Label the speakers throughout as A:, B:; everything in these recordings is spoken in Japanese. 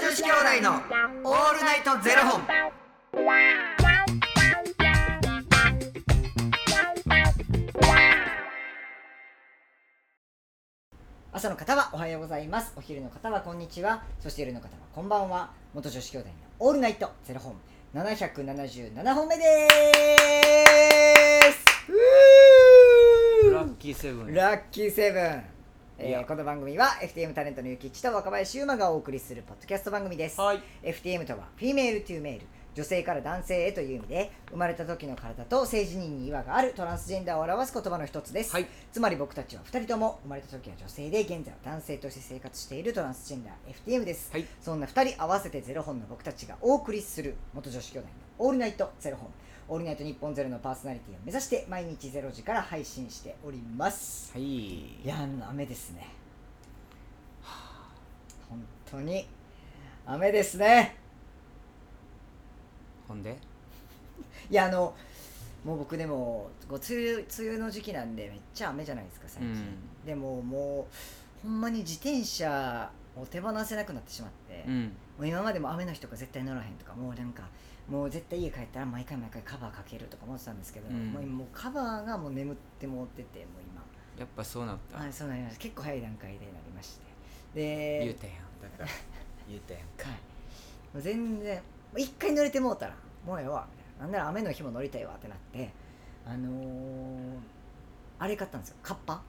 A: 子兄弟のオールナイトゼロ本。
B: 朝の方はおはようございますお昼の方はこんにちはそして夜の方はこんばんは元女子兄弟のオールナイトゼロ本777本目ですう
C: ラ
B: ー
C: ッキーセブン
B: ラッキーセブン、えー
C: いや
B: この番組は FTM タレントのゆきちと若林優馬がお送りするポッドキャスト番組です、
C: はい
B: FTM とはフィメールトゥーメール女性から男性へという意味で生まれた時の体と性自認に違和があるトランスジェンダーを表す言葉の一つです、
C: はい
B: つまり僕たちは2人とも生まれた時は女性で現在は男性として生活しているトランスジェンダー FTM です、
C: はい
B: そんな2人合わせてゼロ本の僕たちがお送りする元女子兄弟のオールナイトゼロ本オールナイト日本ゼロのパーソナリティを目指して毎日ゼロ時から配信しております
C: はい
B: いやー雨ですね本当に雨ですね
C: ほんで
B: いやあのもう僕でもこう梅雨梅雨の時期なんでめっちゃ雨じゃないですか最近、
C: うん
B: でももうほんまに自転車を手放せなくなってしまって、
C: う
B: も
C: ん
B: う今までも雨の日とか絶対乗らへんとかもうなんかもう絶対家帰ったら毎回毎回カバーかけるとか思ってたんですけど、
C: うん
B: もう今もうカバーがもう眠ってもっててもう
C: やっぱそうなった、
B: 今、はい、そうなりました結構早い段階でなりまして
C: 言う
B: で
C: たやんだから言うたやん
B: はいもう全然もう一回乗れてもうたらもうええわみたいななんなら雨の日も乗りたいわってなってあのーあれ買ったんですよカッパ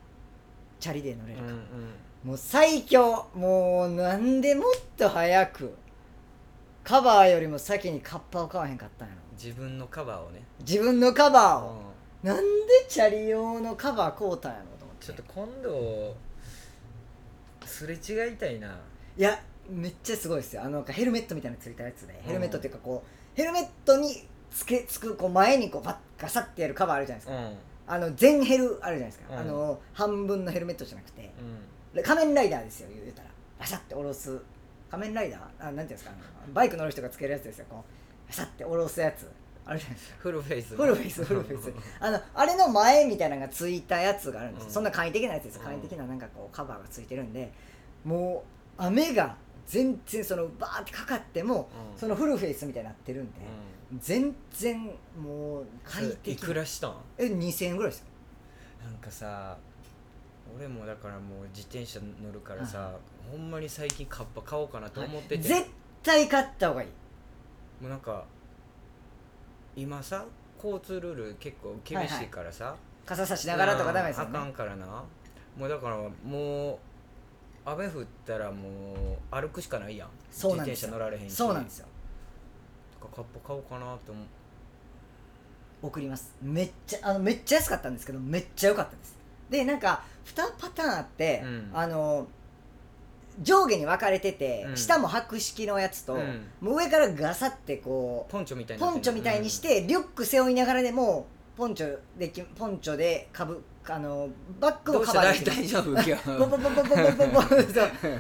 B: チャリで乗れるカッパ、もう最強もうなんでもっと早くカバーよりも先にカッパを買わへんかったんやろ
C: 自分のカバーをね
B: 自分のカバーを
C: ち
B: なんでチャリ用のカバー買うたんやろと思って
C: ょっと今度すれ違いたいない
B: やめっちゃすごいですよあのなんかヘルメットみたいなのついたやつで、ヘルメットっていうかこうヘルメットにつけつくこう前にこうバッガサッてやるカバーあるじゃないです
C: う
B: か、
C: ん
B: あの全ヘルあるじゃないですか、
C: うん
B: あの半分のヘルメットじゃなくて
C: うん
B: 仮面ライダーですよ言うたらバサッて下ろす仮面ライダーあなんていうんですかあのバイク乗る人がつけるやつですよこうバサッて下ろすやつあるじゃないですか
C: フルフェイス
B: フルフェイスフルフェイスあのあれの前みたいなのがついたやつがあるんです、
C: うん
B: そんな簡易的なやつです
C: うん
B: 簡易的ななんかこうカバーがついてるんでもう雨が全然そのバーってかかっても、
C: うん
B: そのフルフェイスみたいになってるんで、
C: う
B: 全然もう快
C: んい
B: 適
C: くらしたん
B: え2000円ぐらいですよ
C: なんかさ俺もだからもう自転車乗るからさ、ほんまに最近カッパ買おうかなと思ってて、
B: 絶対買った方がいい
C: もうなんか今さ交通ルール結構厳しいからさ、
B: 傘差しながらとかダメですよ
C: うんあかん
B: ね
C: からなもうだからもう雨降ったらもう歩くしかないやん
B: そうなんです
C: 自転車
B: よ
C: 乗られへんし
B: そうなんですよ
C: だからカッパ買おうかなと思う
B: 送りますめっちゃあのめっちゃ安かったんですけどめっちゃ良かったですでなんか2パターンあって、
C: うん
B: あの上下に分かれてて、
C: うん
B: 下も白式のやつと、
C: うん
B: もう上からガサってこう
C: ポンチョみたいにな
B: ポ
C: って
B: ン
C: る
B: チョみたいにし、て、リュック背負いながらでもポンチョできポンチョでかぶあのバッグ
C: うんど
B: も
C: うし
B: カ
C: た
B: バーで
C: 大
B: きる
C: 大丈夫今日
B: ポンポンポンポンポンポンポンそう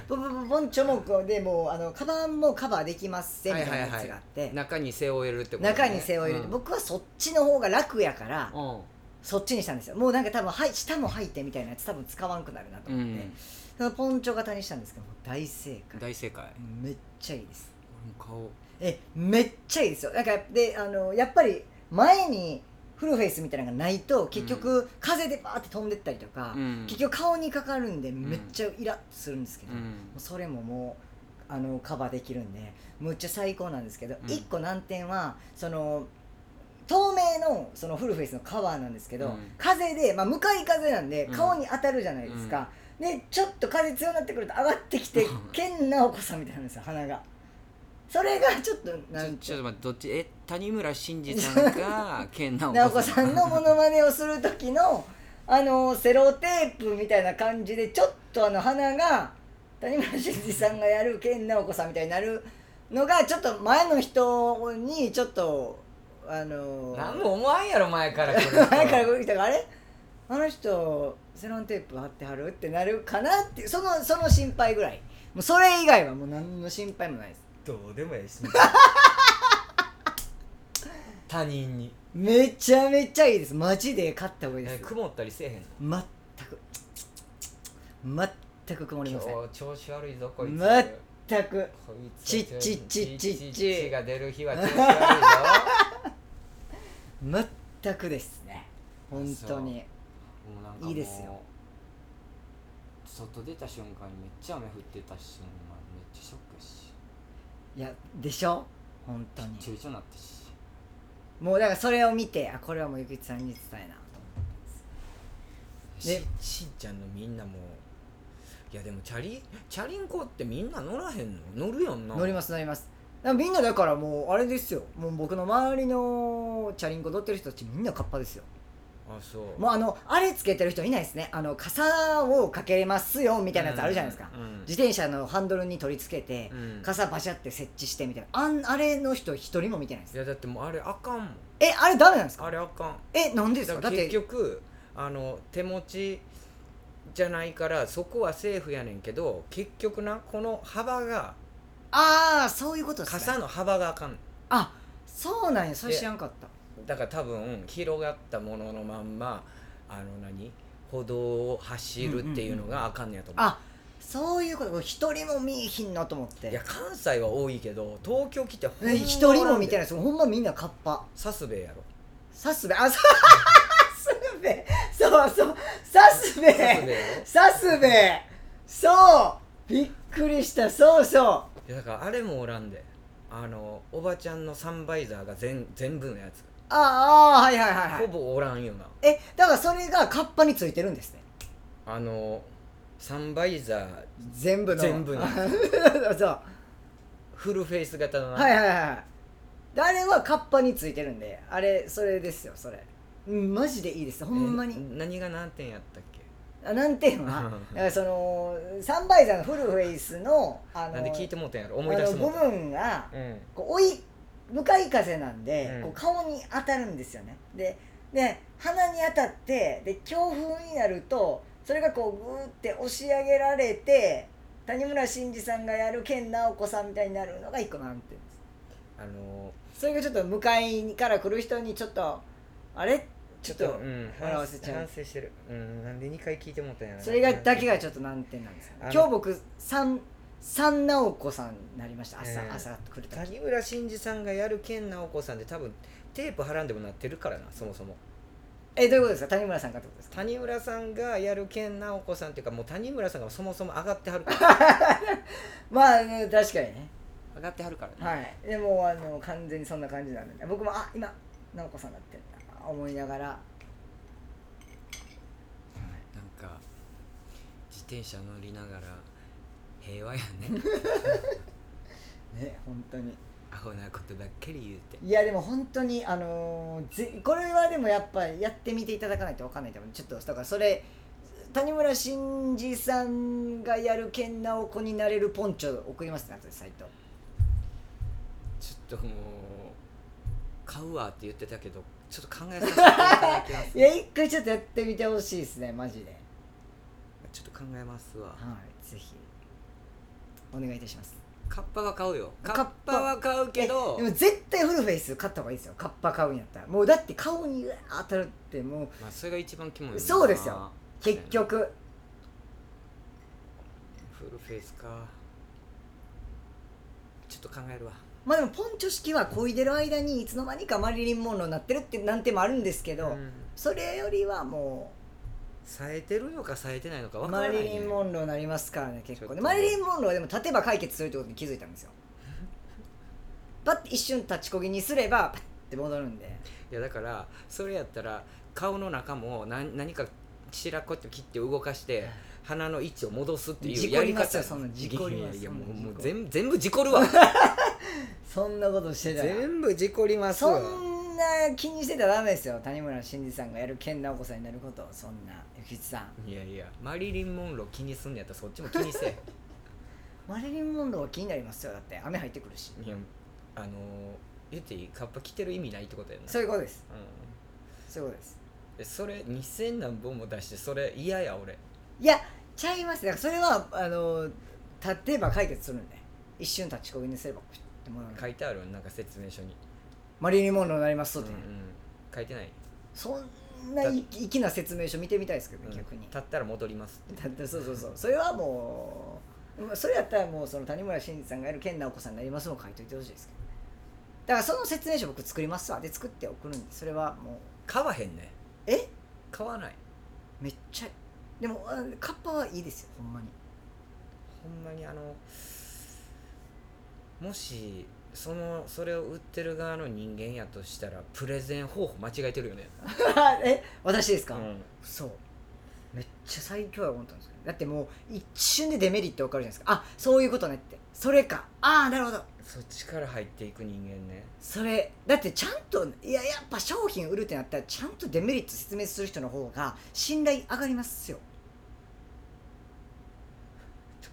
B: ポンポンポンポンチョもこうでもうあのカバンもカバーできますせみたいなやつがあって、
C: 中に背負えるってこと、ね、
B: 中に背負い入れて、
C: うん、
B: 僕はそっちの方が楽やから、
C: うん
B: そっちにしたんですよもうなんか多分はい下も入ってみたいなやつ多分使わんくなるなと
C: う
B: 思って、
C: ん、
B: そのポンチョ型にしたんですけどもう大正解
C: 大正解
B: めっちゃいいです
C: 俺も
B: えめっちゃいいですよなんかであのやっぱり前にフルフェイスみたいなのがないと結局、風でバーって飛んでったりとか、
C: 顔、うん
B: 結局顔にかかるんでめっちゃイラッとするんですけど、
C: う
B: も
C: ん
B: うそれももうあのカバーできるんでむっちゃ最高なんですけど、
C: うん
B: 一個難点はその透明のそのフルフェイスのカバーなんですけど、
C: うん
B: 風で、まあ、向かい風なんで
C: うん
B: 顔に当たるじゃないですか、でちょっと風強くなってくると上がってきて健なお子さんみたいなんですよ鼻がそれがちょっと
C: ち
B: な
C: ょ
B: ん
C: ち
B: て
C: ょっと待ってどっちえ谷村新司さんか健直
B: 直子さんのモノマネをする時のあのセロテープみたいな感じでちょっとあの鼻が谷村新司さんがやる健直子さんみたいになるのがちょっと前の人にちょっとあの
C: 何も思わんやろ前からこれ
B: 前から来る人があれあの人セロンテープ貼ってはるってなるかなっていうそのその心配ぐらいもうそれ以外はもう何の心配もないです
C: どうでもええし他人に
B: めちゃめちゃいいですマジで勝った方がいいです
C: 曇ったりせえへんの
B: 全く全く曇り
C: 今
B: ません
C: 日調子悪いぞこいつ
B: 全全く
C: こいつ
B: ちっちっちっちっち
C: ちが出る日は調子悪
B: 全くですね本当に
C: いぞもうなんかもう
B: いいですよ
C: 外出た瞬間にめっちゃ雨降ってたしもうめっちゃショックやし
B: いやでしょ本当に
C: 躊躇なったし
B: もうだからそれを見てあこれはもうゆきちさんに伝えなと
C: し
B: で
C: しんちゃんのみんなもいやでもチャリチャリンコってみんな乗らへんの乗るやんな
B: 乗ります乗りますだからみんなだからもうあれですよもう僕の周りのチャリンコ乗ってる人たちみんなカッパですよ
C: あそう
B: もうあのあれつけてる人いないですねあの傘をかけれますよみたいなやつあるじゃないですか、
C: うんうん
B: 自転車のハンドルに取り付けて、
C: うん
B: 傘バシャって設置してみたいなあんあれの人一人も見てないです
C: いやだってもうあれあかんもん
B: えあれダメなんですか
C: あれあかん
B: えなんでです
C: だ
B: か
C: か
B: だ
C: ら
B: っ
C: 結
B: て
C: 局あの手持ちじゃないからそこはセーフやねんけど結局なこの幅が
B: ああそういうことですね
C: 傘の幅があかん
B: あそうなんやそれ知らんかった
C: だから多分広がったもののまんまあの何歩道を走るっていうのがあかんねやと思う,、
B: あそういうこと一人も見えひんなと思っ
C: いや
B: て
C: 関西は多いけど東京来てほんま
B: え一人も見て
C: い
B: ないですほんまみんなカッパ
C: サスベやろ
B: サスベあササスベそうそうサスベ
C: サ
B: サ
C: スベやろ
B: スベそうびっくりしたそうそ
C: いやだからあれもおらんであのおばちゃんのサンバイザーが全全部のやつ
B: うああはいはいはいは
C: ほ
B: い
C: ぼおらんよな
B: えだからそれがカッパについてるんですね
C: あのサンバイザー
B: 全部の
C: 全 部に
B: そう
C: フルフェイス型のな、
B: はいはいはいはいであれはカッパについてるんであれそれですよそれうんマジでいいですほんまに、
C: え何が何点やったっけ
B: あなんて いうのはだからそのサンバイザーのフルフェイスのあの
C: なんで聞いてもうてんやろ思い出しても
B: あ
C: う
B: の
C: た
B: 部分が
C: うん
B: こう追い向かい風なんで、
C: うん
B: こう顔に当たるんですよねでで鼻に当たってで強風になるとそれがこうグーって押し上げられて谷村新司さんがやる健直子さんみたいになるのが一個なんていうんです
C: あの
B: それがちょっと向かいから来る人にちょっとあれちょっと
C: うん
B: 笑わ
C: 反
B: せち
C: 省
B: ゃう
C: 反省してるうんなんで2回聞いてもうたんやろ
B: それがだけが
C: ょ
B: ちょっと難点なんですよ
C: あの
B: 今日僕三三直子さんになりました朝、
C: えー
B: 朝来る時
C: 谷村新司さんがやる健直子さんって多分テープはらんでもなってるからなそもそも
B: えどういうことですか谷村さんかってことですか
C: 谷村さんがやる健直子さんっていうかもう谷村さんがそもそも上がってはるから
B: まあうん確かにね
C: 上がってはるからね
B: はいでもあの完全にそんな感じなんで僕もあ今直子さんだってんだ思いながら
C: なんか自転車乗りながら平和や ね
B: ね本当に
C: アホなことばっかり言うて
B: いやでも本当にあのーぜこれはでもやっぱやってみていただかないとわかんないと思うちょっとだからそれ谷村新司さんがやる健直子になれるポンチョ送りますね後でサイト
C: ちょっともう買うわって言ってたけどちょっと考えさせていただきます
B: いや一回ちょっとやってみてほしいですねマジで
C: ちょっと考えますわ
B: はいぜひお願いいたします
C: カッパは買うよ
B: カ
C: カ
B: ッ
C: ッ
B: パ
C: パは買うけど
B: えでも絶対フルフェイス買った方がいいですよカッパ買うんやったらもうだって顔にうわー当たるってもう
C: まあそれが一番キモいな
B: そうですよ結局
C: フルフェイスかちょっと考えるわ
B: まあでもポンチョ式は漕いでる間にいつの間にかマリリン・モンローになってるってなんてもあるんですけど、
C: うん
B: それよりはも
C: 冴えてるのか冴えてないのか
B: う
C: 分か
B: マ
C: らない、ね、
B: リリン・モンローになりますからね結
C: ちょ
B: 構
C: っ
B: で
C: と
B: マリリン・モンローはでも立てば解決するってことに気づいたんですよパッて一瞬立ちこぎにすればパッて戻るんで
C: いやだからそれやったら顔の中も何何か白こうやって切って動かして鼻の位置を戻すってい
B: 事
C: う
B: 故
C: や
B: り
C: り
B: ます
C: 方
B: よそんな事故ります
C: いやいや
B: そんな
C: もうもう
B: 事故
C: 全全部事 故るわ
B: そんなことしてたら
C: 全部事故ります
B: そ
C: わ
B: んな気にしてたらダメですよ谷村新司さんがやる健直子さんになることをそんな幸吉さん
C: いやいやマリリン・モンロー気にすんのやったらそっちも気にせえ
B: マリリン・モンローは気になりますよだって雨入ってくるし
C: いやあのー言っていいカッパ着てる意味ないってことやな
B: そういうことです
C: う
B: そういうことです
C: ん、えそれ2000何本も出してそれ嫌や俺
B: いやちゃいますだからそれはあの立てば解決するんで一瞬立ちこぎにすればプシュッて戻るんで
C: 書いてあるなんか説明書に
B: マリリン・モンローになりますと
C: う
B: て、
C: んうん書いてない、
B: そんな粋な説明書見てみたいですけど、
C: うん
B: ね、逆に
C: 立ったら戻りますって
B: だってそうそうそうそれはもうまあそれやったらもうその谷村新司さんがいる健直子さんになりますも書いといてほしいですけどねだからその説明書僕作りますわで作って送るんでそれはもう
C: 買わへんね
B: え
C: 買わない
B: めっちゃでもあカッパはいいですよほんまに
C: ほんまにあのもしそのそれを売ってる側の人間やとしたらプレゼン方法間違えてるよね、
B: え私ですか、
C: うん
B: そうめっちゃ最強や思ったんですよだってもう一瞬でデメリット分かるじゃないですかあそういうことねってそれかああなるほど
C: そっちから入っていく人間ね
B: それだってちゃんといややっぱ商品売るってなったらちゃんとデメリット説明する人の方が信頼上がりますよ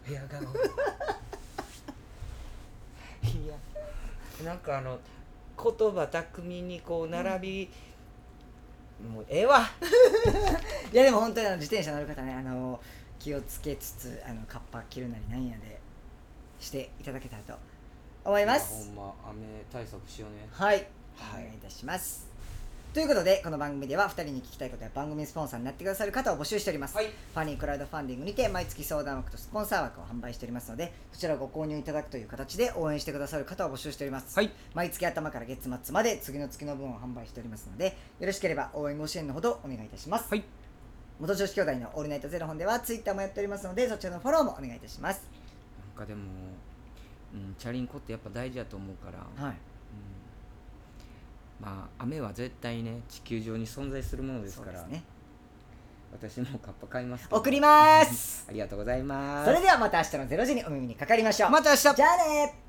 C: ドヤ顔いや なんかあの言葉巧みにこう並び、もうええわ
B: いやでも本当にあの自転車乗る方ねあの気をつけつつあのカッパ着るなりなんやでしていただけたらと思います
C: ほんま雨対策しようね
B: はい、お
C: はい
B: 願いいたしますということでこの番組では2人に聞きたいことや番組スポンサーになってくださる方を募集しております、
C: はい
B: ファニークラウドファンディングにて毎月相談枠とスポンサー枠を販売しておりますのでそちらをご購入いただくという形で応援してくださる方を募集しております、
C: はい
B: 毎月頭から月末まで次の月の分を販売しておりますのでよろしければ応援ご支援のほどお願いいたします、
C: はい
B: 元女子兄弟のオールナイトゼロ本ではツイッターもやっておりますのでそちらのフォローもお願いいたします
C: なんかでも、うん、チャリンコってやっぱ大事だと思うから、
B: はい
C: うんまあ雨は絶対ね地球上に存在するものです
B: そう
C: か
B: で
C: ら
B: すね
C: 私もカッパ買いますけど
B: 送ります
C: ありがとうございます
B: それではまた明日の0時にお耳にかかりましょう
C: また明日
B: じゃあね